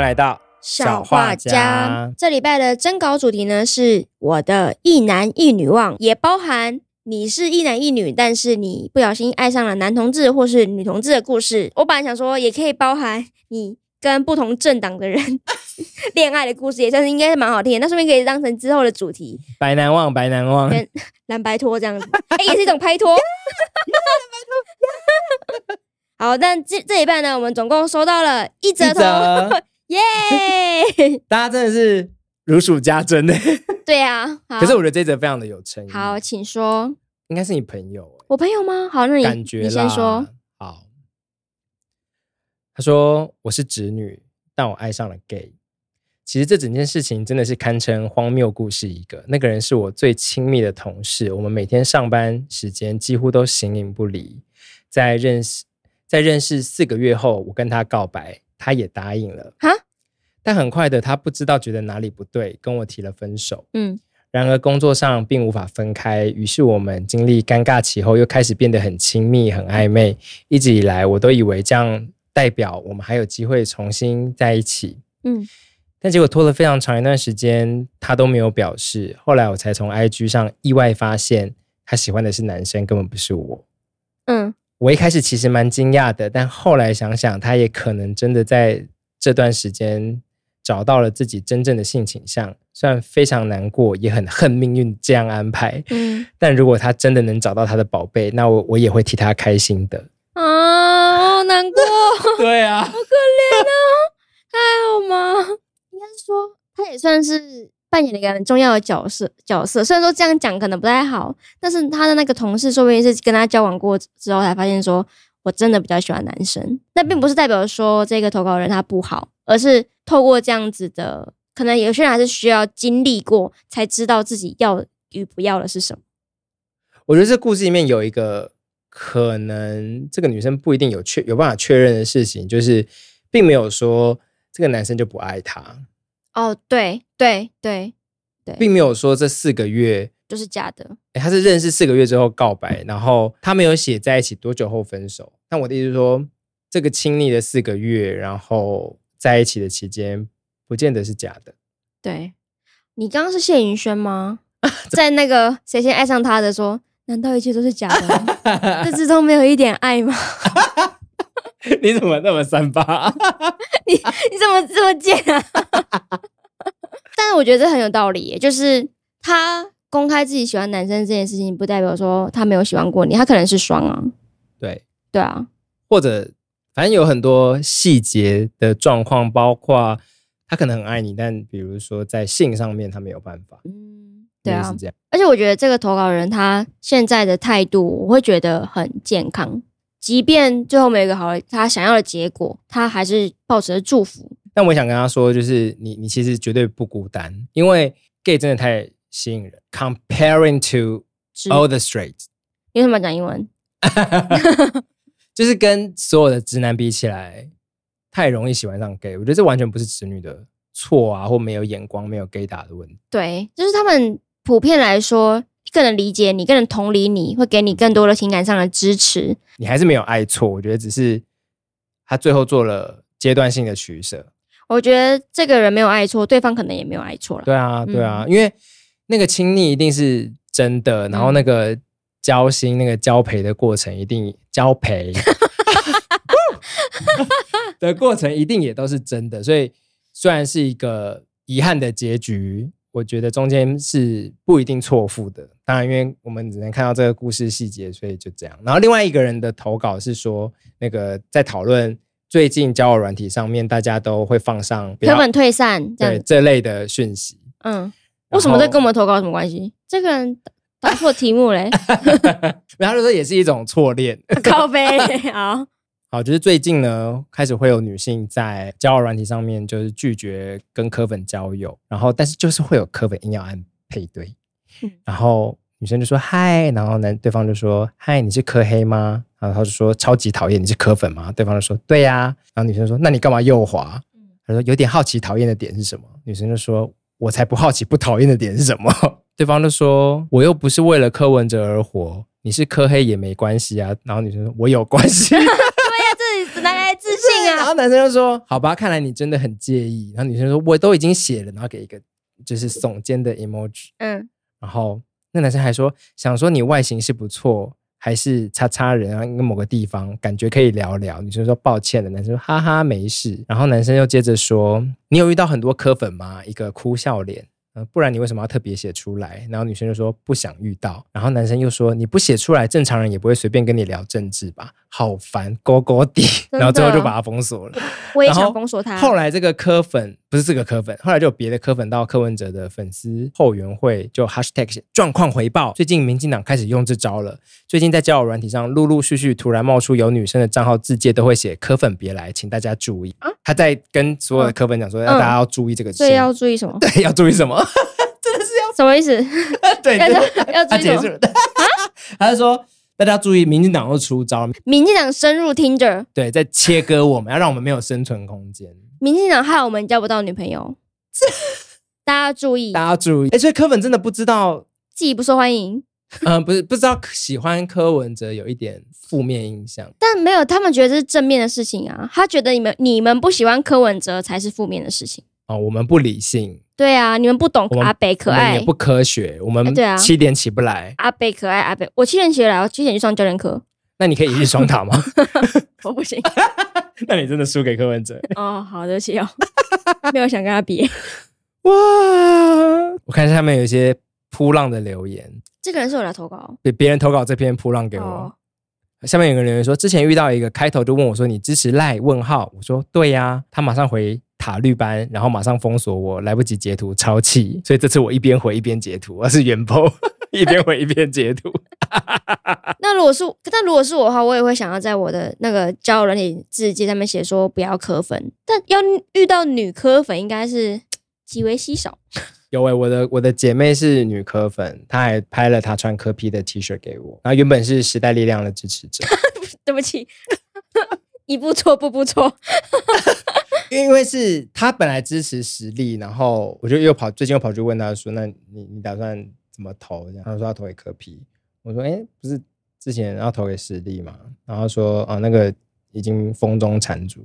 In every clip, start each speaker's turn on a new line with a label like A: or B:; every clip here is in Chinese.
A: 来到
B: 小画家。这礼拜的征稿主题呢，是我的一男一女望，也包含你是一男一女，但是你不小心爱上了男同志或是女同志的故事。我本来想说，也可以包含你跟不同政党的人 恋爱的故事，也算是应该是蛮好听的。那说不定可以当成之后的主题，
A: 白难忘，白难忘。
B: 跟蓝白拖这样 子，哎、也是一种拍拖。 好，但这这一半呢，我们总共收到了一
A: 记
B: 则投，
A: 者，
B: 耶！
A: 大家真的是如数家珍呢。
B: 对啊，好
A: 可是我觉得这则非常的有诚意。
B: 好，请说。
A: 应该是你朋友欸
B: 我朋友吗？好，那你
A: 感觉啦
B: 你先说。。
A: 好，他说我是直女，但我爱上了 gay。其实这整件事情真的是堪称荒谬故事一个。那个人是我最亲密的同事，我们每天上班时间几乎都形影不离。在认识在认识四个月后，我跟他告白，他也答应了。
B: 哈，
A: 但很快的，他不知道觉得哪里不对，跟我提了分手。
B: 嗯，
A: 然而工作上并无法分开，于是我们经历尴尬期后，又开始变得很亲密、很暧昧。一直以来，我都以为这样代表我们还有机会重新在一起。
B: 嗯，
A: 但结果拖了非常长一段时间，他都没有表示。后来我才从 IG 上意外发现，他喜欢的是男生，根本不是我。
B: 嗯，
A: 我一开始其实蛮惊讶的，但后来想想，他也可能真的在这段时间找到了自己真正的性倾向。虽然非常难过，也很恨命运这样安排，
B: 嗯
A: 但如果他真的能找到他的宝贝，那我我也会替他开心的。
B: 啊，好难过，
A: 对啊，
B: 还好吗？应该是说，他也算是扮演了一个很重要的角色角色。虽然说这样讲可能不太好，但是他的那个同事说不定是跟他交往过之后才发现说，我真的比较喜欢男生。那并不
A: 嗯
B: 是代表说这个投稿人他不好，而是透过这样子的，可能有些人还是需要经历过才知道自己要与不要的是什么。
A: 我觉得这故事里面有一个可能，这个女生不一定有确有办法确认的事情，就是并没有说这个男生就不爱她，
B: 哦，对对对，
A: 并没有说这四个月
B: 就是假的。
A: 欸他是认识四个月之后告白，然后他没有写在一起多久后分手。但我的意思是说，这个亲密的四个月，然后在一起的期间，不见得是假的。
B: 对，你刚刚是谢云轩吗？在那个谁先爱上他的说，难道一切都是假的吗？这之中没有一点爱吗？
A: 你怎么那么三八？
B: 你怎么这么贱啊？ 但是我觉得这很有道理耶，就是他公开自己喜欢男生这件事情，不代表说他没有喜欢过你，他可能是双啊，
A: 对，
B: 对啊，
A: 或者反正有很多细节的状况，包括他可能很爱你，但比如说在性上面他没有办法，
B: 嗯，对
A: 类
B: 啊
A: 似，这样。
B: 而且我觉得这个投稿人他现在的态度，我会觉得很健康。即便最后没有一个好的他想要的结果，他还是抱持着祝福。
A: 但我想跟他说，就是你你其实绝对不孤单，因为 gay 真的太吸引人，comparing to
B: 之
A: all the straight。
B: 你为什么要讲英文？
A: 就是跟所有的直男比起来，太容易喜欢上 gay。我觉得这完全不是直女的错啊，或没有眼光、没有 gay 打的问题。
B: 对，就是他们普遍来说更能理解你，更能同理你，会给你更多的情感上的支持。
A: 你还是没有爱错，我觉得只是他最后做了阶段性的取舍。
B: 我觉得这个人没有爱错，对方可能也没有爱错了。
A: 对啊，对啊，因为那个亲昵一定是真的，
B: 嗯
A: 然后那个交心、那个交配的过程，一定交 配的过程一定也都是真的，所以虽然是一个遗憾的结局，我觉得中间是不一定错付的。当然，因为我们只能看到这个故事细节，所以就这样。然后另外一个人的投稿是说，那个在讨论最近交友软体上面，大家都会放上比
B: 推
A: 较
B: 本退散这
A: 对
B: 样，
A: 这类的讯息。
B: 嗯，
A: 后
B: 为什么这跟我们投稿有什么关系？这个人打打错题 目嘞，
A: 然后他就说也是一种错恋。
B: 靠背好，
A: 好，就是最近呢，开始会有女性在交友软体上面就是拒绝跟柯粉交友，然后但是就是会有柯粉硬要按配对
B: 嗯，
A: 然后女生就说嗨，然后男对方就说嗨，你是柯黑吗？然后他就说超级讨厌，你是柯粉吗？对方就说对呀、然后女生说那你干嘛右滑？他说有点好奇讨厌的点是什么？女生就说我才不好奇不讨厌的点是什么。 对方就说我又不是为了柯文哲而活，你是柯黑也没关系啊。然后女生说我有关系。
B: 对呀，这里拿来自信
A: 然
B: 啊？
A: 后男生就说：“好吧，看来你真的很介意。”然后女生说：“我都已经写了。”然后给一个就是耸肩的 emoji。
B: 嗯，
A: 然后那男生还说：“想说你外形是不错，还是叉叉人啊，应该某个地方感觉可以聊聊。”女生说：“抱歉了。”男生说：“哈哈，没事。”然后男生又接着说：“你有遇到很多磕粉吗？”一个哭笑脸。呃不然你为什么要特别写出来？然后女生就说不想遇到，然后男生又说你不写出来，正常人也不会随便跟你聊政治吧？好烦，勾勾地，
B: 的
A: 然后最后就把他封锁了。
B: 我也
A: 然后
B: 想封锁他。
A: 后来这个柯粉不是这个柯粉，后来就有别的柯粉到柯文哲的粉丝后援会就 hashtag 写状况回报。最近民进党开始用这招了，最近在交友软体上陆陆续续突然冒出有女生的账号字界都会写柯粉别来，请大家注意。
B: 啊
A: 他在跟所有的柯粉讲说，要
B: 嗯
A: 大家要注意这个
B: 所
A: 声
B: 以
A: 音，
B: 要注意什么？
A: 啊 对要注意什么？
B: 什么意思？
A: 对，
B: 要
A: 哎对 啊
B: 要注
A: 他
B: 意什
A: 解
B: 么
A: 释？了，他就说大家注意，民进党又出招，
B: 民进党深入 Tinder，
A: 对，在切割我们，要让我们没有生存空间。
B: 民进党害我们交不到女朋 友。大家注意，
A: 大家注意，哎，所以柯粉真的不知道
B: 自己不受欢迎，
A: 嗯，不是不知道喜欢柯文哲有一点负面印象，
B: 但没有他们觉得这是正面的事情啊。他觉得你们你们不喜欢柯文哲才是负面的事情。
A: 哦，我们不理性，
B: 对啊，你们不懂
A: 我们
B: 阿北可
A: 我们
B: 爱
A: 也，不科学，我
B: 哎
A: 们
B: 对啊
A: 七点起不来。
B: 阿北可爱，阿北，我七点起来，我七点去上教练课，
A: 那你可以一日双塔吗？
B: 我不行。
A: 那你真的输给柯文哲
B: 哦，好的，谢哦， 没有想跟他比。
A: 哇！我看下面有一些扑浪的留言，
B: 这个人是我来投稿，
A: 别别人投稿这篇扑浪给我。
B: 哦，
A: 下面有个留言说，之前遇到一个开头就问我说：“你支持赖？”问号，我说：“对呀、他马上回塔绿班，然后马上封锁我，来不及截图，超气！所以这次我一边回一边截图，我是原 po，一 边回一边截图。
B: 那如果是那如果是我的话，我也会想要在我的那个交友软体字迹上面写说不要磕粉，但要遇到女磕粉应该是极为稀少。
A: 有诶、我的我的姐妹是女科粉，她还拍了她穿科 P 的 T 恤给我。然后原本是时代力量的支持者，
B: 对不起， 一步错步步错。
A: 因为是她本来支持实力，然后我就又跑最近又跑去问她说：“那你你打算怎么投？”这样她说她投给科 P，我说：“哎、不是之前要投给实力嘛？”然后说：“啊，那个已经风中蟾蜍，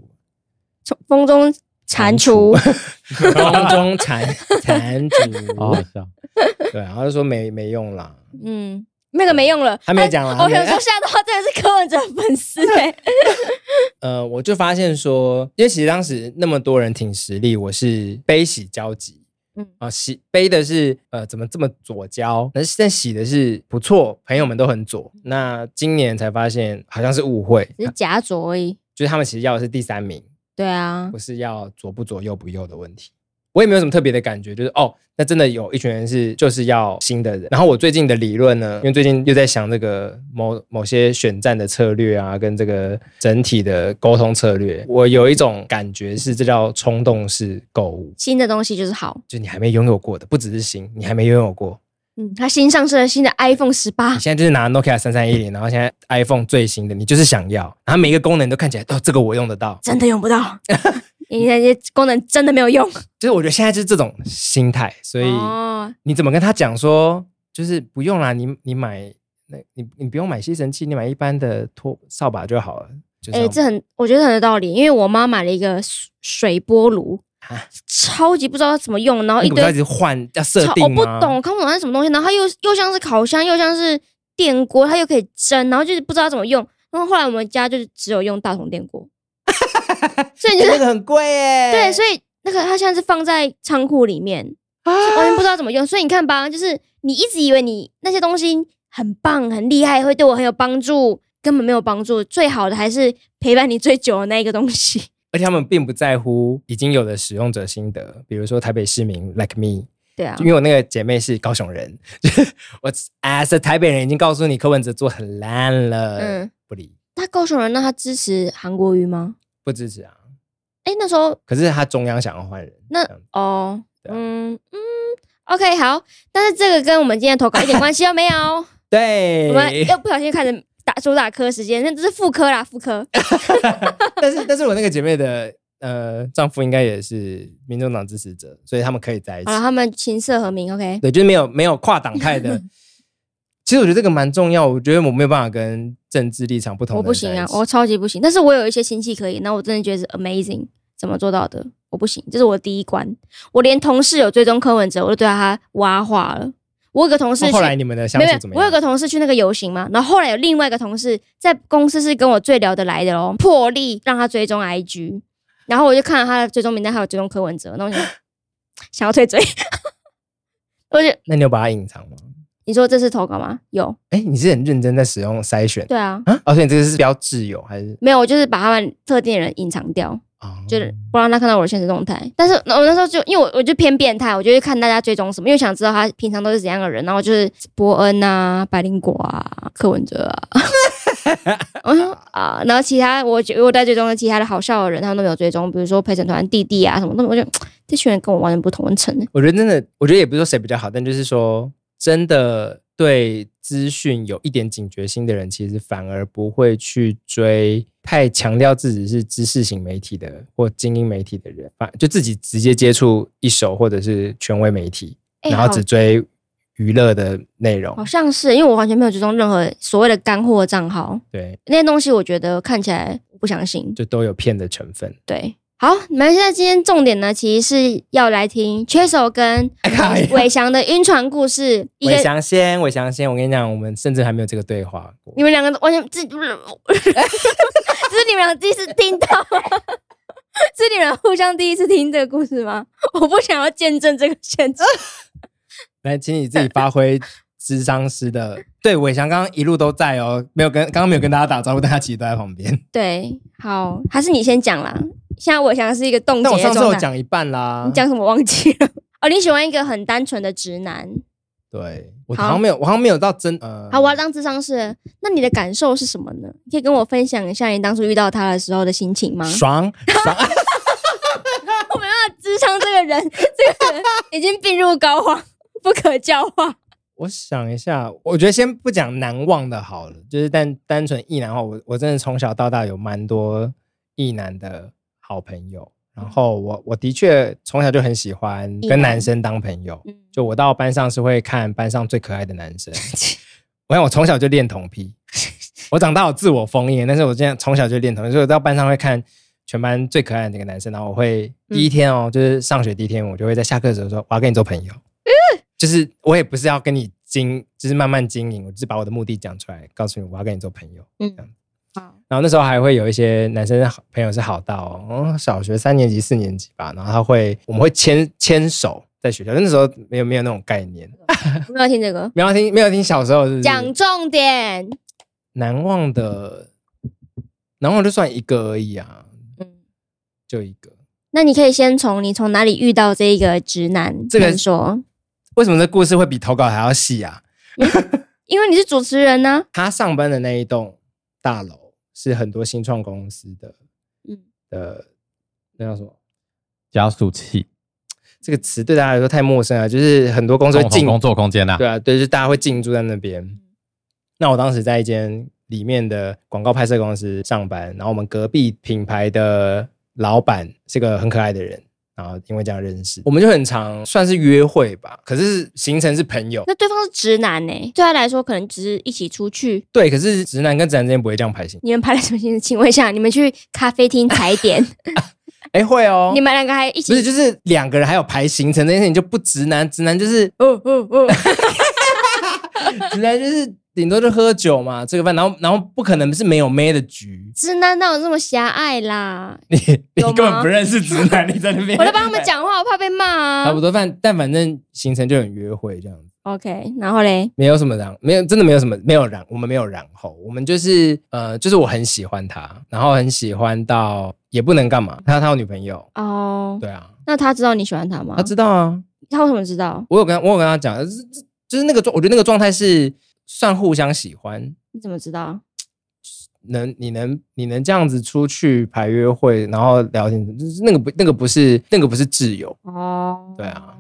B: 从风中蟾蜍，
A: 风中蟾蟾蜍。”
C: 好好笑。
A: 对，然后就说没没用啦，
B: 嗯，那个没用了，
A: 还没讲完
B: 啊我想
A: 还没
B: 说，吓到他真的是柯文哲粉丝 哎、
A: 呃，我就发现说，因为其实当时那么多人挺实力，我是悲喜交集。
B: 嗯
A: 嗯啊，喜悲的是呃，怎么这么左交？但是但喜的是不错，朋友们都很左。那今年才发现好像是误会，
B: 只是夹着而已。
A: 就是他们其实要的是第三名，
B: 对啊
A: 不，是要左不左右不右的问题。我也没有什么特别的感觉，就是哦，那真的有一群人是就是要新的人。然后我最近的理论呢，因为最近又在想这个某某些选战的策略啊，跟这个整体的沟通策略，我有一种感觉是这叫冲动式购物，
B: 新的东西就是好。
A: 就你还没拥有过的，不只是新，你还没拥有过，
B: 嗯，他新上市了新的 iPhone 十八
A: 你，现在就是拿 Nokia 三三一零，然后现在 iPhone 最新的，你就是想要，然后每一个功能都看起来哦，这个我用得到，
B: 真的用不到， 你那些功能真的没有用。
A: 就是我觉得现在就是这种心态，所以。
B: 哦，
A: 你怎么跟他讲说，就是不用啦，你你买那你你不用买吸尘器，你买一般的拖扫把就好了。就是
B: 哎、
A: 那种、
B: 这很我觉得很有道理，因为我妈买了一个水水波炉
A: 啊，
B: 超级不知道怎么用，然后
A: 你
B: 一
A: 不是要
B: 堆
A: 一直换要设
B: 超
A: 定
B: 我不
A: 吗
B: 懂，我，看不懂它是什么东西，然后它又又像是烤箱，又像是电锅，它又可以蒸，然后就是不知道怎么用。然后后来我们家就是只有用大同 电锅，所以你
A: 哎
B: 就
A: 那
B: 是
A: 个很贵耶。
B: 对，所以那个它现在是放在仓库里面，完全不知道怎么用。所以你看吧，就是你一直以为你那些东西很棒、很厉害，会对我很有帮助，根本没有帮助。最好的还是陪伴你最久的那一个东西。
A: 而且他们并不在乎已经有的使用者心得，比如说台北市民 like me，
B: 对啊
A: 因，为我那个姐妹是高雄人， 我 as a 台北人已经告诉你柯文哲做很烂了，
B: 嗯
A: 不理
B: 那高雄人那他支持韩国瑜吗？
A: 不支持啊。
B: 哎，那时候
A: 可是他中央想要换人，
B: 那
A: 这样
B: 哦，
A: 对啊
B: 嗯嗯，OK，好。但是这个跟我们今天的投稿一点关系都没 有。
A: 对，
B: 我们又不小心开始打主打科时间，那这是副科啦，副科。
A: 但是，但是我那个姐妹的呃丈夫应该也是民众党支持
B: 啊
A: 者，所以他们可以在一起
B: 好。了，他们琴瑟和鸣，OK。
A: 对，就是没有没有跨党派的其实我觉得这个蛮重要，我觉得我没有办法跟政治立场不同的
B: 我
A: 人
B: 不行
A: 在
B: 啊
A: 一，起
B: 我超级不行。但是我有一些亲戚可以，那我真的觉得是 amazing，怎么做到的？我不行，这是我第一关。我连同事有追踪柯文哲，我都对他挖话了。我有个同事
A: 那
B: 去，
A: 哦后来你们的相
B: 没
A: 处
B: 有
A: 怎，么
B: 我有
A: 样？
B: 个同事去那个游行嘛，然后后来有另外一个同事在公司是跟我最聊得来的哦，破例让他追踪 IG，然后我就看了他的追踪名单，还有追踪柯文哲，那我想 想要退追， 我就
A: 那你有把它隐藏吗？
B: 你说这次投稿吗？有，
A: 哎，你是很认真在使用筛选
B: 对啊，
A: 啊？而且你这个是标挚友还是
B: 没有，我就是把他们特定的人隐藏掉。
A: 啊？
B: 就是不让他看到我的现实动态。但是那我那时候就因为我我就偏变态，我就去看大家追踪什么，因为想知道他平常都是怎样的人。然后就是伯恩啊、百灵果啊、柯文哲啊， 我说啊，然后其他我觉我在追踪的其他的好笑的人，他们都没有追踪，比如说陪审团弟弟啊什么的，我就这群人跟我完全不同文层。
A: 我觉得真的，我觉得也不是说谁比较好，但就是说，真的对资讯有一点警觉心的人，其实反而不会去追太强调自己是知识型媒体的或精英媒体的人，反就自己直接接触一手或者是权威媒体，
B: 哎
A: 然后只追娱乐的内容
B: 好好。像是因为我完全没有追踪任何所谓的干货账号，
A: 对，
B: 那些东西我觉得看起来我不相信。
A: 就都有骗的成分。
B: 对，好，你们现在今天重点呢，其实是要来听 Cheso 跟
A: 哎呀
B: 伟翔的晕船故事。一
A: 伟
B: 个
A: 翔先，伟翔先，我跟你讲，我们甚至还没有这个对话过。
B: 你们两个完全 自，只是你们俩第一次听到 吗，是你们俩互相第一次听这个故事吗？我不想要见证这个现场。
A: 来，请你自己发挥智商师 的。对，伟翔刚刚一路都在哦，没有跟刚刚没有跟大家打招呼，但他其实都在旁边。
B: 对，好，还是你先讲啦。现在我想是一个 冻结
A: 但我
B: 的
A: 上次有
B: 状态。
A: 讲一半啦。
B: 你讲什么忘记了？哦，你喜欢一个很单纯的直男。
A: 对，我
B: 好
A: 好像没有，我好像没有到真呃。
B: 好，我啊要当智商师了。那你的感受是什么呢？你可以跟我分享一下你当初遇到他的时候的心情吗？
A: 爽爽，
B: 我没办法 智商这个 人，这个人已经病入膏肓，不可教化。
A: 我想一下，我觉得先不讲难忘的好了，就是但单纯意男话，我我真的从小到大有蛮多意男的好朋友，
B: 嗯
A: 然后我我的确从小就很喜欢
B: 异
A: 跟
B: 男
A: 男生当朋友，
B: 嗯，
A: 就我到班上是会看班上最可爱的男生。我想我从小就练童癖，我长大有自我封印，但是我现在从小就练童癖，所以我到班上会看全班最可爱的那个男生，然后我会
B: 嗯
A: 第一天哦，就是上学第一天，我就会在下课的时候说我要跟你做朋友，就是我也不是要跟你经，就是慢慢经营，我就是把我的目的讲出来，告诉你我要跟你做朋友。
B: 嗯，好，
A: 然后那时候还会有一些男生好朋友是好到、哦，嗯小学三年级、四年级吧，然后他会我们会牵牵手在学校，那时候没有没有那种概念，
B: 我没有听这个。
A: 没有听没有听小时候是不是
B: 讲重点。
A: 难忘的，难忘就算一个而已啊，
B: 嗯，
A: 就一个。
B: 那你可以先从你从哪里遇到这一个直男
A: 这个
B: 先说，
A: 为什么这故事会比投稿还要细啊？
B: 因为你是主持人啊呢、
A: 他上班的那一栋大楼是很多新创公司的
B: 嗯，
A: 的，那叫什么？
C: 加速器，
A: 这个词对大家来说太陌生了，就是很多公司
C: 共
A: 会
C: 同
A: 进
C: 工作空间呐、
A: 对啊，对，就是大家会进驻在那
B: 嗯
A: 边。那我当时在一间里面的广告拍摄公司上班，然后我们隔壁品牌的老板是个很可爱的人，然后因为这样认识，我们就很常算是约会吧，可是行程是朋友。
B: 那对方是直男呢、对他来说可能只是一起出去。
A: 对，可是直男跟直男之间不会这样排行。
B: 你们拍了什么行程？请问一下，你们去咖啡厅踩点，
A: 哎，会哦，
B: 你们两个还一
A: 不
B: 起
A: 是就是两个人还有排行程这件事情就不直男，直男就是
B: 哦哦哦，
A: 直男就是顶多就喝酒嘛，吃个饭，然后然后不可能是没有妹的局。
B: 直男哪有这么狭隘啦？
A: 你你
B: 有吗
A: 根本不认识直男，你在那边
B: 我在帮他们讲话，我怕被骂啊。
A: 差不多，但但反正行程就很约会这样子，
B: OK，然后嘞，
A: 没有什么然，没有真的没有什么没有然，我们没有然后，我们就是呃，就是我很喜欢他，然后很喜欢到也不能干嘛，他他有女朋友，
B: 哦，
A: 对啊，
B: 那他知道你喜欢他吗？
A: 他知道啊，
B: 他为什么知道？
A: 我有跟我有跟他讲，就是就是那个状，我觉得那个状态是算互相喜欢，
B: 你怎么知道？
A: 能你能你能这样子出去排约会，然后聊天，就是那个不那个不是那个不是挚友，
B: 哦，
A: 对啊，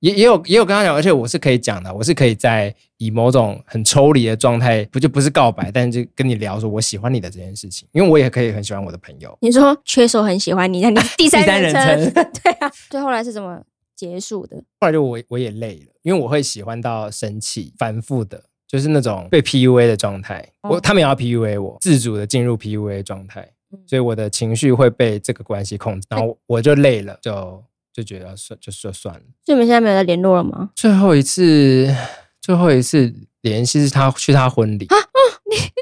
A: 也也有也有跟他讲，而且我是可以讲的，我是可以在以某种很抽离的状态，不就不是告白，但就跟你聊说我喜欢你的这件事情，因为我也可以很喜欢我的朋友。
B: 你说缺手很喜欢你，但你 是第三
A: 第三人
B: 称，
A: 称
B: 对啊，最后来是怎么结束的？
A: 后来就我我也累了，因为我会喜欢到生气，反复的，就是那种被 PUA 的状态。
B: 哦
A: 我他们也要 PUA 我，自主的进入 PUA 状态，所以我的情绪会被这个关系控制，然后我我就累了，就就觉得算就就算了。
B: 所以你们现在没有在联络 了吗？
A: 最后一次，最后一次联系是他去他婚礼，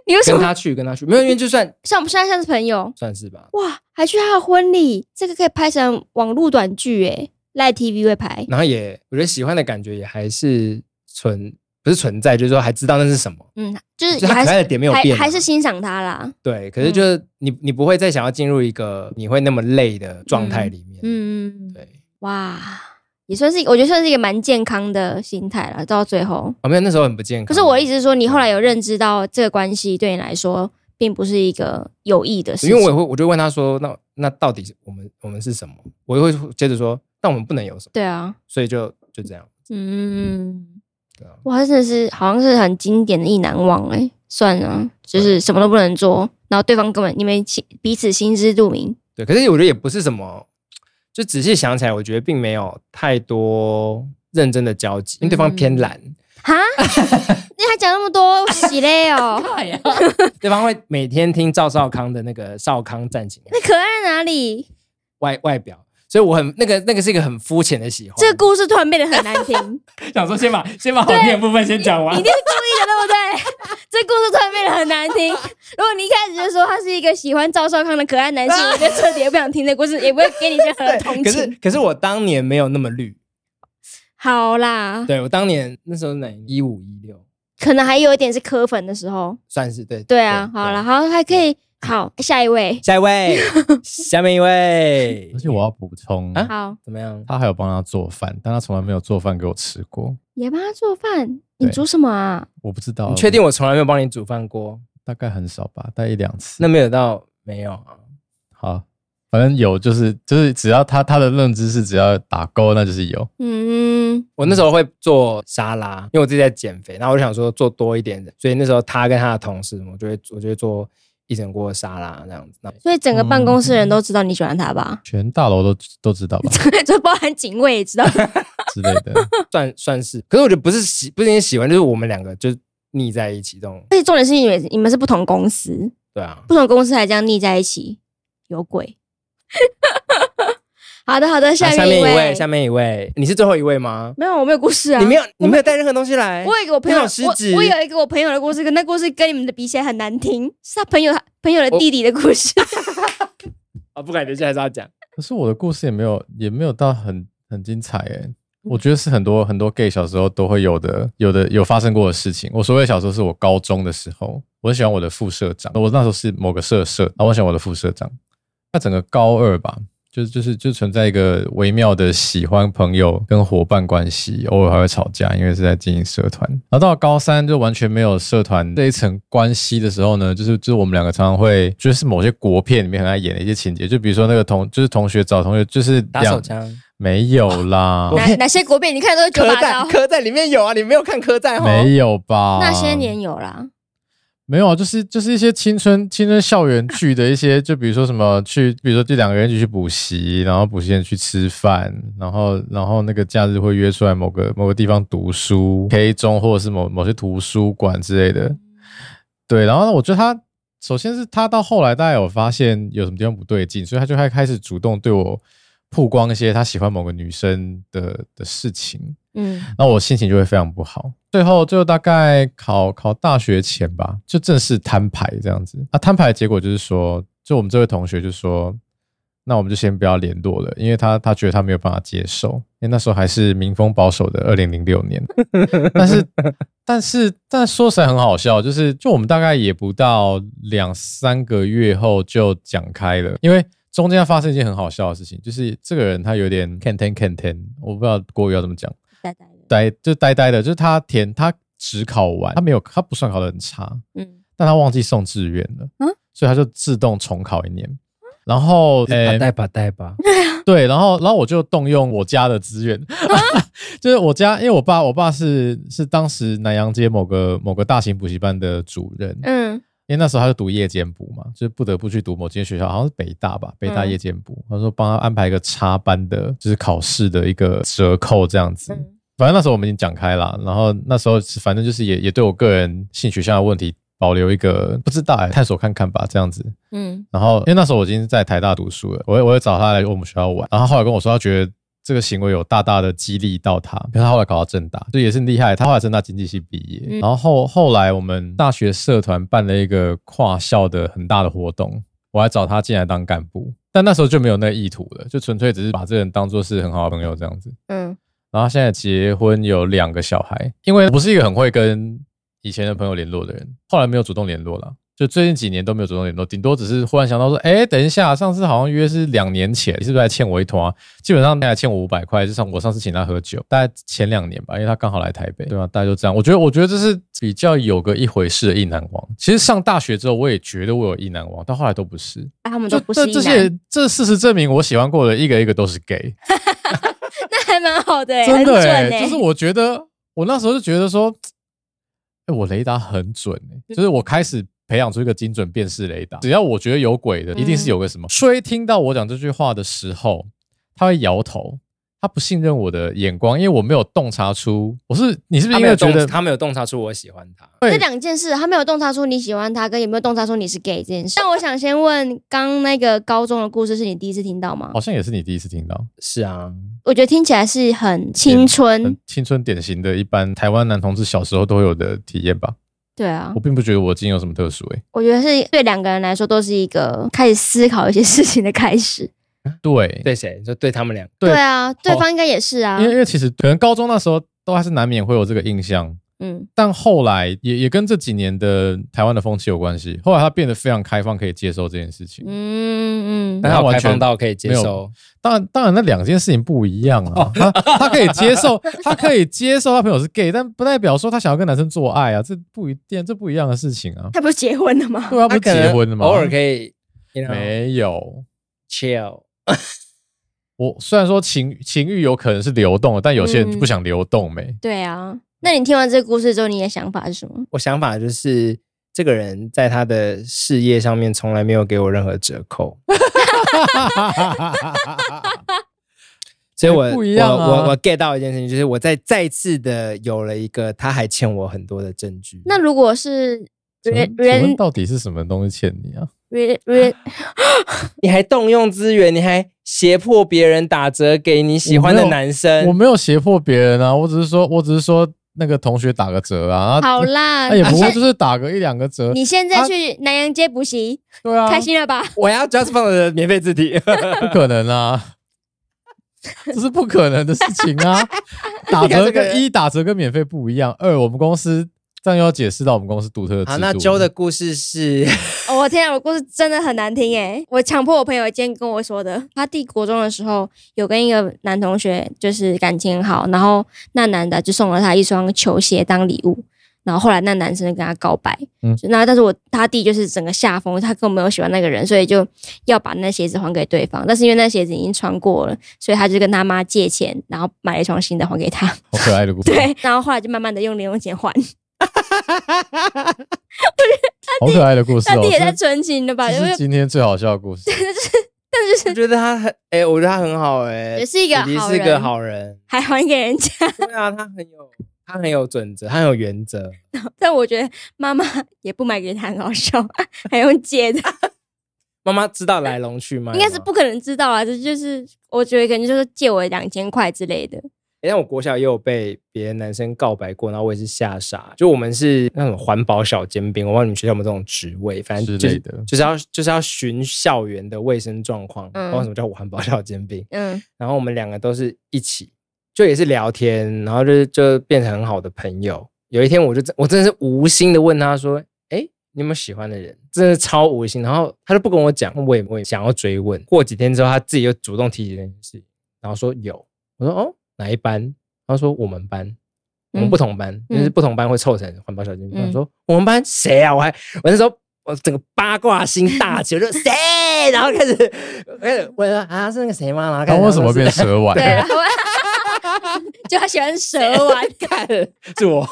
B: 你为什
A: 跟
B: 么
A: 他去跟他去，没有因为就算
B: 像我们现在像是朋友？
A: 算是吧。
B: 哇，还去他的婚礼，这个可以拍成网络短剧诶，赖 TV 会拍。
A: 然后也我觉得喜欢的感觉也还是存不是存在，就是说还知道那是什么，
B: 嗯，就是
A: 就
B: 也
A: 他
B: 还
A: 可
B: 是
A: 爱的点没有
B: 还
A: 变啊，
B: 还是欣赏他啦。
A: 对，可是
B: 嗯
A: 就是你、你不会再想要进入一个你会那么累的状态里面。嗯，
B: 嗯，
A: 对。
B: 哇，也算是我觉得算是一个蛮健康的心态了，到最后。
A: 旁哦边那时候很不健康。
B: 可是我一直说，你后来有认知到这个关系对你来说并不是一个有益的事情，
A: 因为我也会，我就问他说：“那那到底我们我们是什么？”我也会接着说：“但我们不能有什么。
B: 对啊，”
A: 所以就就这样。
B: 嗯，
A: 对啊，
B: 哇，真的是好像是很经典的意难忘哎、算了，就是什么都不能做，然后对方根本你们心彼此心知肚明，
A: 对。可是我觉得也不是什么，就仔细想起来，我觉得并没有太多认真的交集，因为对方
B: 嗯
A: 偏懒，
B: 哈，你还讲那么多，喜嘞哦，
A: 对方会每天听赵少康的那个《少康战情》
B: 那可爱在哪里？
A: 外外表，所以我很那个那个是一个很肤浅的喜欢。
B: 这个故事突然变得很难听，你
A: 想说先把先把好听的部分先讲完
B: 一定是故意的，对不对？ 这故事突然变得很难听。如果你一开始就说他是一个喜欢赵少康的可爱男性，我就彻底也不想听这故事，也不会给你任何的同
A: 可是
B: 情。
A: 可是我当年没有那么绿，
B: 好啦，
A: 对我当年那时候哪一五一六
B: 可能还有一点是磕粉的时候。
A: 算是对
B: 对啊，好了，。好还可以，好下一位，
A: 下一 位，下面一位
C: 而，且我要补充，
A: 啊
B: 好
A: 怎么样？
C: 他还有帮他做饭，但他从来没有做饭给我吃过。
B: 也帮他做饭，你
C: 对
B: 煮什么啊？
C: 我不知道，
A: 你确定我从来没有帮你煮饭过？
C: 大概很少吧，大概一两次。
A: 那没有到没有啊？
C: 好，反正有就是就是，只要他他的认知是只要打勾，那就是有。
B: 嗯，
A: 我那时候会做沙拉，因为我自己在减肥，然后我就想说做多一点的，所以那时候他跟他的同事，我就会我就会做一整锅沙拉这样子。然后
B: 所以整个办公室人都知道你喜欢他吧？
C: 全大楼都都知道吧
B: 就包含警卫也知道。
C: 之类的，
A: 算算是，可是我觉得不是喜不是因为喜欢，就是我们两个就腻在一起这种。
B: 而且重点是你们你们是不同公司，
A: 对啊，
B: 不同公司还这样腻在一起，有鬼。 好的，好的，下
A: 啊
B: 面一
A: 一
B: 位，
A: 下面一位，你是最后一位吗？
B: 没有，我没有故事啊。
A: 你没有，你没有带任何东西来。
B: 我有一个我朋友，
A: 你好失职
B: 我我有一个我朋友的故事，跟那故事跟你们的比起来很难听，是他朋友朋友的弟弟的故事。
A: 啊，不敢留下还是要讲。
C: 可是我的故事也没有也没有到很很精彩欸诶、我觉得是很多很多 gay 小时候都会有的，有的有发生过的事情。我所谓的小时候是我高中的时候，我很喜欢我的副社长，我那时候是某个社社，然后我喜欢我的副社长。那整个高二吧，就就是就存在一个微妙的喜欢朋友跟伙伴关系，偶尔还会吵架，因为是在经营社团。然后到了高三就完全没有社团这一层关系的时候呢，就是就是我们两个常常会，就是某些国片里面很爱演的一些情节，就比如说那个同就是同学找同学，就是
A: 打手
C: 两
A: 枪，
C: 没有啦，
A: 我
B: 哪哪些国片你看都是九把刀，
A: 科在里面有啊，你没有看科在
C: 没有吧？
B: 哦那些年有啦。
C: 没有啊，就是就是一些青春青春校园剧的一些， 就比如说什么去，比如说这两个人一起去补习，然后补习人去吃饭，然后然后那个假日会约出来某个某个地方读书，K 中或者是某某些图书馆之类的。对，然后呢，我觉得他首先是他到后来大概有发现有什么地方不对劲，所以他就开开始主动对我曝光一些他喜欢某个女生的的事情。
B: 嗯，
C: 那我心情就会非常不好。最后，最后大概考考大学前吧，就正式摊牌这样子。啊，摊牌的结果就是说，就我们这位同学就说，那我们就先不要联络了，因为他他觉得他没有办法接受，因为那时候还是民风保守的二零零六年。但是，但是，但说起来很好笑，就是就我们大概也不到两三个月后就讲开了，因为。中间发生一件很好笑的事情，就是这个人他有点 can ten can ten，我不知道国语要怎么讲。
B: 呆呆的，
C: 呆就呆呆的，就是他填他只考完，他没有他不算考得很差，
B: 嗯，
C: 但他忘记送志愿了，
B: 嗯
C: 所以他就自动重考一年。然后，
A: 把
C: 呃，
A: 带把带 吧，
C: 对，然后，然后我就动用我家的资源，
B: 啊
C: 就是我家，因为我爸，我爸是是当时南洋街某个某个大型补习班的主任，
B: 嗯，
C: 因为那时候他就读夜间部嘛，就是不得不去读某间学校，好像是北大吧，北大
B: 嗯
C: 夜间部，他说帮他安排一个插班的，就是考试的一个折扣这样子，
B: 嗯
C: 反正那时候我们已经讲开了，然后那时候是反正就是也也对我个人性取向的问题保留一个不知道哎、探索看看吧这样子。
B: 嗯，
C: 然后因 为那时候我已经在台大读书了，我会我会找他来我们学校玩，然后他后来跟我说他觉得。这个行为有大大的激励到他，因为他后来考到正大，这也是很厉害。他后来正大经济系毕业，
B: 嗯
C: 然后后后来我们大学社团办了一个跨校的很大的活动，我还找他进来当干部，但那时候就没有那个意图了，就纯粹只是把这个人当做是很好的朋友这样子。
B: 嗯，
C: 然后现在结婚有两个小孩，因为我不是一个很会跟以前的朋友联络的人，后来没有主动联络了，就最近几年都没有主动联络，顶多只是忽然想到说，哎，等一下，上次好像约是两年前，你是不是还欠我一团、啊？基本上他还欠我五百块，就上我上次请他喝酒，大概前两年吧，因为他刚好来台北，对吧、啊大家就这样，我觉得我觉得这是比较有个一回事的意难忘。其实上大学之后，我也觉得我有意难忘，但后来都不是，
B: 啊他们
C: 就
B: 都不是
C: 这这
B: 一
C: 些
B: 男，
C: 这事实证明，我喜欢过的一个一个都是 gay。
B: 那还蛮好的欸，
C: 真的
B: 很
C: 欸
B: 准欸
C: 就是我觉得我那时候就觉得说，哎、我雷达很准、欸，就是我开始培养出一个精准辨识雷达，只要我觉得有鬼的，一定是有个什么。虽听到我讲这句话的时候，他会摇头，他不信任我的眼光，因为我没有洞察出我是你是不是
A: 他没
C: 应该
A: 有
C: 觉得
A: 洞，他没有洞察出我喜欢他。
C: 对
B: 这两件事，他没有洞察出你喜欢他，跟有没有洞察出你是 gay 这件事。但我想先问，刚那个高中的故事是你第一次听到吗
C: 好？像也是你第一次听到，
A: 是啊，
B: 我觉得听起来是很青春
C: 很，青春典型的一般台湾男同志小时候都会有的体验吧。
B: 对啊
C: 我，并不觉得我今天有什么特殊、欸，
B: 我觉得是对两个人来说都是一个开始思考一些事情的开始。
C: 对
A: 对谁？就对他们俩。
C: 对
B: 对啊，对方应该也是啊
C: 因，为因为其实可能高中那时候都还是难免会有这个印象，
B: 嗯
C: 但后来也也跟这几年的台湾的风气有关系。后来他变得非常开放，可以接受这件事情。
A: 嗯
B: 嗯嗯
A: 但他有
C: 完
A: 开
C: 全
A: 放到可以接
C: 没有
A: 受，
C: 当然，当然那两件事情不一样 啊。他他可以接受，他可以接受他朋友是 gay，但不代表说他想要跟男生做爱啊，这不一定，这不一样的事情啊。
B: 他不是结婚了吗？
C: 对啊，不
A: 他
C: 是
A: 可
C: 结
A: 能
C: 婚了吗？
A: 偶尔可以，you know，
C: 没有。
A: chill。
C: 我虽然说情情欲有可能是流动的，但有些人就不想流动没、
B: 对啊，那你听完这个故事之后，你的想法是什么？
A: 我想法就是，这个人在他的事业上面从来没有给我任何折 扣，嗯所以我
C: 不一样啊
A: 我我我 get 到一件事情，就是我在再次的有了一个他还欠我很多的证据。
B: 那如果是
C: 请问
B: 原
C: 请问
B: 原
C: 到底是什么东西欠你啊？
B: 原原
A: 你还动用资源，你还胁迫别人打折给你喜欢的男
C: 我
A: 生，
C: 没有胁迫别人啊，我只是说，我只是说那个同学打个折啊，啊
B: 好啦，
C: 那也不
B: 你
C: 会
B: 现
C: 就是打个一两个折，
B: 你现在
C: 啊
B: 去南洋街补习，
C: 对啊，
B: 开心了吧？
A: 我要 just 放的免费字体。
C: 不可能 啊，这是不可能的事情啊，打
A: 你看
C: 折
A: 这个人
C: 跟一打折跟免费不一样，二我们公司这样又要解释到我们公司独特的 制
A: 好，
C: 度，
A: 啊那周的故事 是，
B: 哦，我天啊，我故事真的很难听哎！我强迫我朋友今天跟我说的，他弟国中的时候有跟一个男同学就是感情很好，然后那男的就送了他一双球鞋当礼物，然后后来那男生就跟他告白，
C: 嗯
B: 嗯，那但是我他弟就是整个下风，他根本没有喜欢那个人，所以就要把那鞋子还给对方，但是因为那鞋子已经穿过了，所以他就跟他妈借钱，然后买了一双新的还给他，
C: 好可爱的故事，
B: 对，然后后来就慢慢的用零用钱还，
C: 哦好可爱的故事
B: 他
C: 哦
B: 弟也，太
C: 这
B: 纯情了吧？因
C: 这
B: 为
C: 是今天最好笑 的故事，
A: 我觉得他很，哎、我觉得他很好、哎，
B: 也是一个
A: 弟弟
B: 好
A: 是个
B: 人
A: 好人。
B: 还还给人家。
A: 对啊，他很有，他很有准则，他很有原则。
B: 但我觉得妈 妈也不买给他，很好笑，还用借的，
A: 妈妈知道来龙去脉吗，
B: 应该是不可能知道啊。这就是我觉得可能就是借我两千块之类的。
A: 诶。但我国小也有被别的男生告白过，然后我也是吓傻。就我们是那种环保小尖兵，我不知道你们学校有没有这种职位，反正
C: 之
A: 就是
C: 类的
A: 就是要就是要巡校园的卫生状况。我不
B: 嗯
A: 知道什么叫环保小尖兵。
B: 嗯
A: 然后我们两个都是一起，就也是聊天，然后就是就变成很好的朋友。有一天，我就真我真的是无心的问他说：“哎，你有没有喜欢的人？”真的超无心。然后他就不跟我讲，我也我也想要追问。过几天之后，他自己又主动提起这件事，然后说有。我说：“哦，哪一班？”他说：“我们班。”我们
B: 嗯
A: 不同班，
B: 嗯
A: 就是不同班会凑成环保小精兵。
B: 嗯
A: 我说我们班谁啊？我还我那时候我整个八卦心大起，我就谁？然后开始开始问说啊是那个谁吗？然后开
C: 他
A: 始
C: 为什么
A: 说是
C: 变蛇丸？
B: 对啊，就他喜欢蛇丸，
A: 干 是我，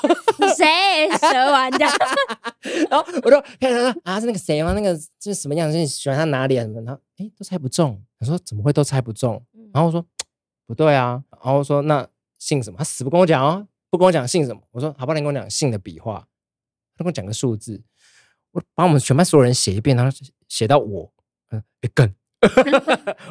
B: 谁蛇丸的？
A: 然后我就看他说啊，是那个谁吗？那个就是什么样？就是你喜欢他哪里啊？什么？然后哎，诶都猜不中。我说怎么会都猜不中？然后我说嘖不对啊。然后我说那姓什么，他死不跟我讲哦，不跟我讲姓什么。我说好吧，你跟我讲姓的笔画，他跟我讲个数字，我把我们全班所有人写一遍，然后写到我，嗯，哎干，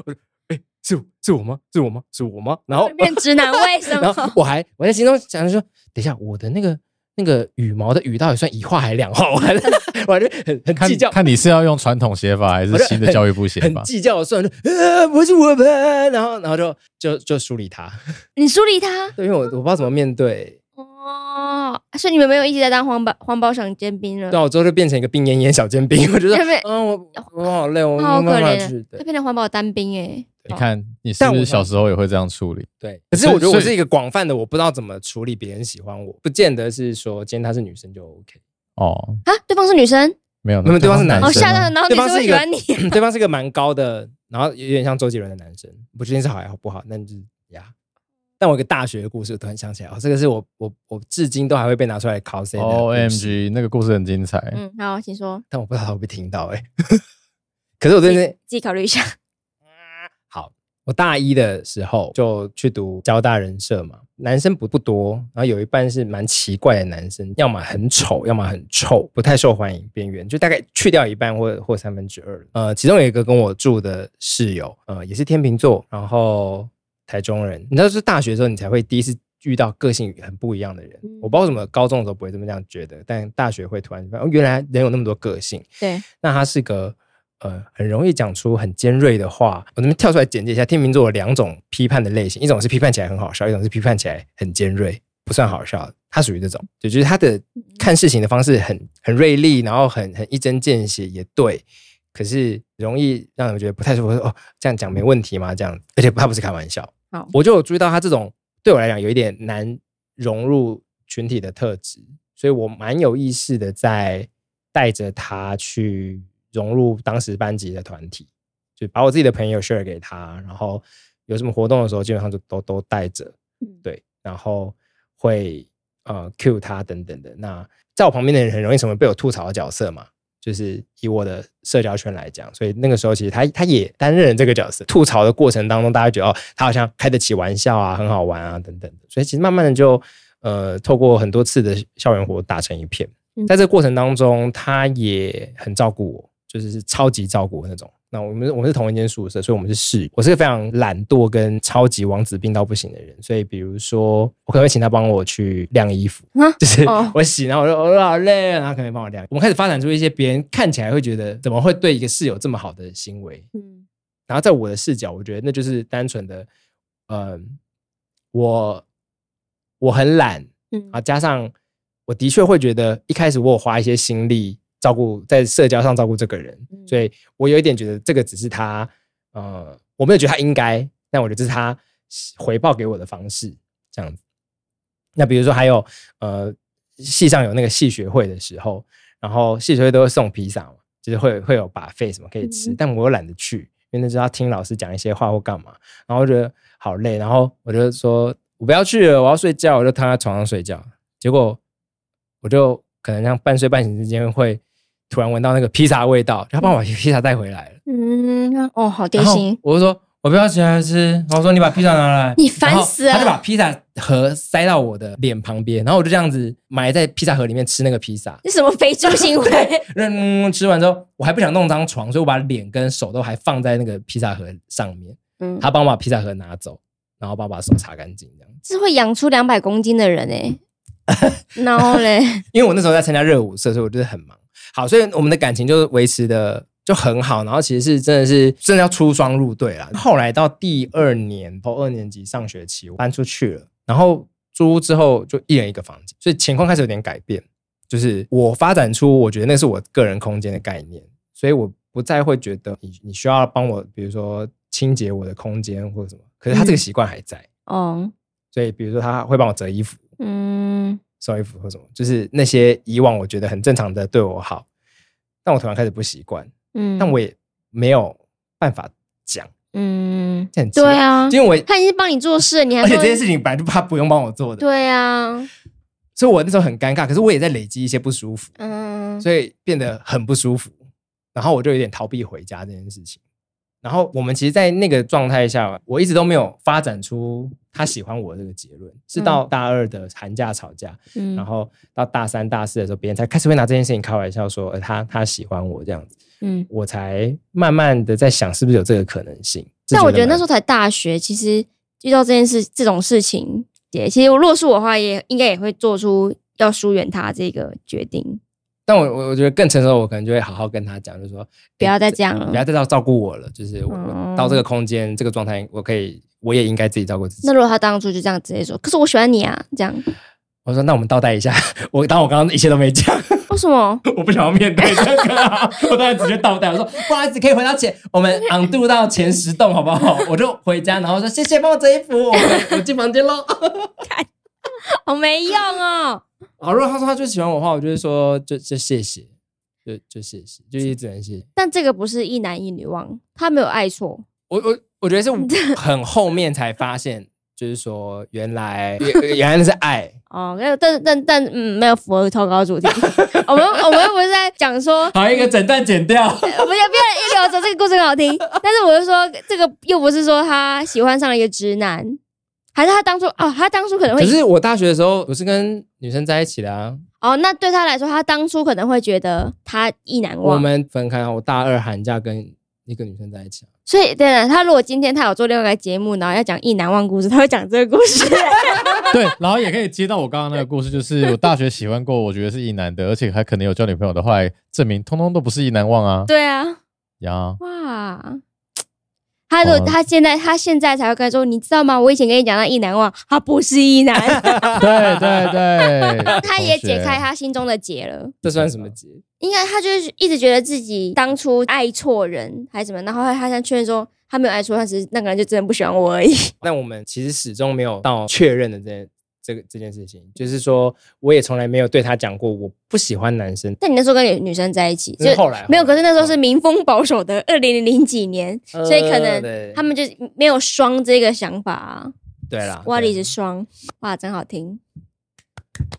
A: 我说哎是我是我吗？是我吗？是我吗？然后
B: 变直男为什
A: 然后
B: 么？
A: 我还我在心中想着说，等一下我的那个那个羽毛的羽到底算一画还是两画？我还 在我还在很很
C: 看
A: 计较，
C: 看你是要用传统写法还是
A: 我就
C: 新的教育部写
A: 很
C: 法？
A: 计较的算，就呃不是我们，然后然后就就就梳理他，
B: 你梳理他
A: 对，因为我我不知道怎么面 对，
B: 哦，所以你们没有一起在当环保环保赏煎兵了
A: 对，啊，我之后就变成一个病恹恹小煎饼，我觉得
B: 因为哦
A: 嗯我我好累，我没
B: 好
A: 办
B: 可
A: 法
B: 怜
A: 去，
B: 会
A: 对
B: 变成环保单兵哎。
C: 你看你是
A: 但
C: 不
A: 我
C: 是小时候也会这样处理？
A: 对。可是我觉得
C: 所以
A: 我是一个广泛的，我不知道怎么处理别人喜欢我，不见得是说今天她是女生就 OK，
C: 哦，
B: 啊，对方是女生，
C: 没有，
A: 没有对方是男
B: 哦
A: 生
B: 吓到，
C: 啊
B: 然后
A: 对
B: 你
A: 方
B: 是
A: 是
B: 会
A: 一
B: 喜
A: 个
B: 欢 你，
A: 对方是一个蛮高的，然后有点像周杰伦的男生，不确定是好还是不好，但就是呀。但我有一个大学的故事，我突然想起来，哦，这个是我我我至今都还会被拿出来 cos 哦的
C: 哦！O M
A: 故事
C: G，那个故事很精彩。
B: 嗯，好，请说，
A: 但我不知道他会不会听到哎、 可是我真的
B: 自己考虑一下。
A: 好，我大一的时候就去读交大人社嘛，男生不不多，然后有一半是蛮奇怪的男生，要么很丑，要么很臭，不太受欢迎，边缘，就大概去掉一半或或三分之二。呃，其中有一个跟我住的室友，呃，也是天秤座，然后台中人，你知道是大学的时候你才会第一次。遇到个性很不一样的人，
B: 嗯
A: 我不知道为什么高中的时候不会这么这样觉得，但大学会突然发现，哦，原来人有那么多个性。
B: 对，
A: 那他是个呃很容易讲出很尖锐的话。我这边跳出来简介一下，天秤座有两种批判的类型，一种是批判起来很好笑，一种是批判起来很尖锐，不算好笑的。他属于这种，就就是他的看事情的方式很很锐利，然后很很一针见血，也对。可是容易让人觉得不太舒服，说哦，这样讲没问题吗？这样，而且他不是开玩笑。
B: 好
A: 我就有注意到他这种对我来讲有一点难融入群体的特质，所以我蛮有意识的在带着他去融入当时班级的团体，就把我自己的朋友 share 给他，然后有什么活动的时候，基本上就都都带着，
B: 嗯
A: 对，然后会呃 cue 他等等的。那在我旁边的人很容易成为被我吐槽的角色嘛，就是以我的社交圈来讲，所以那个时候其实他他也担任了这个角色。吐槽的过程当中，大家觉得哦，他好像开得起玩笑啊，很好玩啊等等的。所以其实慢慢的就呃，透过很多次的校园活打成一片。
B: 嗯
A: 在这个过程当中，他也很照顾我，就是是超级照顾我那种。那我们我们是同一间宿舍，所以我们是室友。我是个非常懒惰跟超级王子病到不行的人，所以比如说，我可能会请他帮我去晾衣服，
B: 啊
A: 就是
B: 哦
A: 我洗，然后我说我好累，啊然后他可能帮我晾。我们开始发展出一些别人看起来会觉得怎么会对一个室友这么好的行为，
B: 嗯，
A: 然后在我的视角，我觉得那就是单纯的，嗯、我我很懒，
B: 嗯
A: 啊，加上我的确会觉得一开始我有花一些心力照顾在社交上照顾这个人，
B: 嗯
A: 所以我有一点觉得这个只是他，呃，我没有觉得他应该，但我觉得这是他回报给我的方式，这样子。那比如说还有呃，系上有那个系学会的时候，然后系学会都会送披萨嘛，就是会会有把费什么可以吃，
B: 嗯
A: 但我又懒得去，因为那时候要听老师讲一些话或干嘛，然后我觉得好累，然后我就说我不要去了，我要睡觉，我就躺在床上睡觉。结果我就可能像半睡半醒之间会突然闻到那个披萨味道，他帮我把披萨带回来了。
B: 嗯，哦，好贴
A: 然后
B: 心，
A: 我就说我不要起来吃，我说你把披萨拿来，
B: 你烦死了
A: 然后他就把披萨盒塞到我的脸旁边，然后我就这样子埋在披萨盒里面吃那个披萨。
B: 你什么非洲行 为？
A: 嗯，吃完之后我还不想弄脏床，所以我把脸跟手都还放在那个披萨盒上面。
B: 嗯，
A: 他帮我把披萨盒拿走，然后帮我把手擦干净这样。
B: 是会养出两百公斤的人 哎。然后嘞，
A: 因为我那时候在参加热舞社，所以我就是很忙。好，所以我们的感情就是维持的就很好，然后其实是真的是真的要出双入对啦。后来到第二年，头二年级上学期我搬出去了，然后租屋之后就一人一个房间，所以情况开始有点改变，就是我发展出我觉得那是我个人空间的概念，所以我不再会觉得你你需要帮我，比如说清洁我的空间或者什么。可是他这个习惯还在，
B: 哦，
A: 所以比如说他会帮我折衣服，
B: 嗯，
A: 送衣服或什么，就是那些以往我觉得很正常的对我好，但我突然开始不习惯，
B: 嗯，
A: 但我也没有办法讲，
B: 嗯，
A: 这很奇怪
B: 对，啊，
A: 因为我
B: 他已经帮你做事了，你还
A: 而且
B: 说
A: 这件事情本来就他不用帮我做的，
B: 对啊，
A: 所以我那时候很尴尬，可是我也在累积一些不舒服，
B: 嗯，
A: 所以变得很不舒服，然后我就有点逃避回家这件事情，然后我们其实，在那个状态下，我一直都没有发展出他喜欢我这个结论，是到大二的寒假吵架，
B: 嗯，
A: 然后到大三、大四的时候，别人才开始会拿这件事情开玩笑说，呃，他他喜欢我这样子，
B: 嗯，
A: 我才慢慢的在想，是不是有这个可能性？
B: 但我觉得那时
A: 候
B: 候才大学，其实遇到这件事这种事情，也其实如果是我的话，也应该也会做出要疏远他这个决定，
A: 但我我我觉得更成熟，我可能就会好好跟他讲，就是说
B: 不要再这样
A: 不要
B: 了。哦
A: 再照照顾我了，就是我我到这个空间、这个状态，我可以我也应该自己照顾自己
B: 那。如果他当初就这样直接说，可是我喜欢你啊，这样
A: 我说那我们倒带一下， 我当我刚刚一切都没讲，
B: 为什么？
A: 我不想要面对这个、啊， 我当然直接倒带。我说不好意思，可以回到前，我们 on 度到前十栋好不好？我就回家，然后说谢谢帮我折衣服，我我进房间喽。
B: 好没用哦。
A: 好，如果他说他最喜欢我的话，我就会说就就谢谢，就就谢谢，就也只能谢谢。
B: 但这个不是一男一女忘，他没有爱错，
A: 我我我觉 得是很后面才发现，就是说原 来原原来那是爱。
B: 哦，没有，但但但嗯，没有符合投稿 主题。我们我们又不是在讲说，
A: 好，一个整段剪掉。
B: 我们要不要一聊说这个故事很好 听？但是我就说，这个又不是说他喜欢上了一个直男，还是他当初哦，他当初可能
A: 可
B: 会
A: 是我大学的时候，我是跟女生在一起的啊。
B: 哦，那对他来说，他当初可能会觉得他意难
A: 我
B: 忘。
A: 们分开啊，我大二寒假跟一个女生在一起啊。
B: 所以，对了，他如果今天他有做另外一个节目，然后要讲意难忘故事，他会讲这个故 事。
C: 对，然后也可以接到我刚刚那个故事，就是我大学喜欢过，我觉得是一男的，而且还可能有交女朋友的，后来证明通通都不是一难忘啊
B: 对啊，
C: 呀。
B: 哇，他如果
C: 哦
B: 他现在他现在才会跟他说，你知道吗？我以前跟你讲到意难忘，他不是意难，
C: 对对对，
B: 他也解开
C: 哎同学
B: 他心中的结了。
A: 这算什么结？
B: 应该他就是一直觉得自己当初爱错人还是怎么样，然后他他想确认说他没有爱错，他只是那个人就真的不喜欢我而已。
A: 但我们其实始终没有到确认的这件这个这件事情，就是说，我也从来没有对她讲过我不喜欢男生。
B: 但你那时候跟女女生在一起，就
A: 那是后来
B: 没
C: 哦
B: 有，
A: 后来
B: 可是那
C: 嗯
B: 时候是民风保守的二零零零几年，所以可
A: 呃
B: 能
A: 对
B: 他们就没有双这个想法啊。
A: 对啦，
B: 哇，
A: 对
B: 里是双，哇，真好听。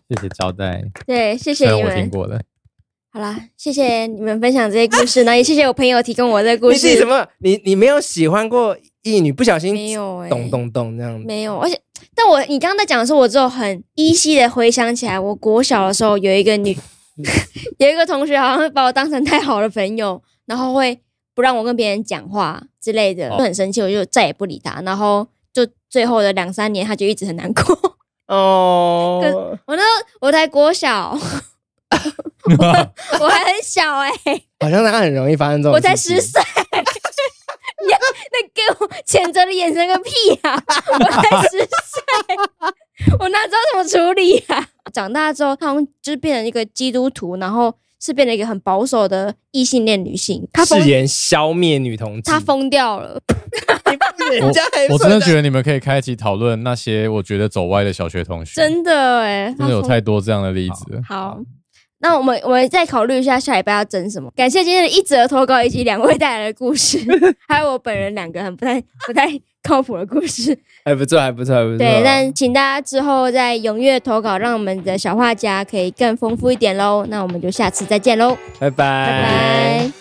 C: 谢谢招待，
B: 对，谢谢
C: 虽然
B: 你
C: 我听
B: 们。
C: 过的，
B: 好啦，谢谢你们分享这些故事，然后也谢谢我朋友提供我这个故
A: 你自己
B: 事
A: 什。么？你你没有喜欢过一女，不小心
B: 没有哎、
A: 咚咚咚这样，
B: 没有，而且但我你刚刚在讲的时候，我只有很依稀的回想起来，我国小的时候有一个 女，有一个同学好像会把我当成太好的朋友，然后会不让我跟别人讲话之类的，
C: 哦
B: 就很生气，我就再也不理他，然后就最后的两三年，他就一直很难过。
A: 哦，
B: 我那时候我才国小，我还很小哎、
A: 好像他很容易发生这种
B: 我
A: 事情。
B: 才十岁。 你要那给我谴责的眼神个屁啊！我才十岁， 我哪知道怎么处理啊？长大之后，她好像就是变成一个基督徒，然后是变成一个很保守的异性恋女性。她疯
A: 誓，言消灭女同志，
B: 她疯掉了。
A: 人家还
C: 我真的觉
A: 得
C: 得你们可以开一集讨论那些我觉得走歪的小学同学，
B: 真的哎、她
C: 真的有
B: 疯
C: 太多这样的例子了。
B: 好。那我们我们再考虑一下下礼拜要争什么。感谢今天的一则投稿以及两位带来的故事， 还有我本人两个很不太不太靠谱的故事。
A: 还不错，还不错，还不错。
B: 对，但请大家之后再踊跃投稿，让我们的小画家可以更丰富一点喽。那我们就下次再见喽，
A: 拜拜
B: 拜拜。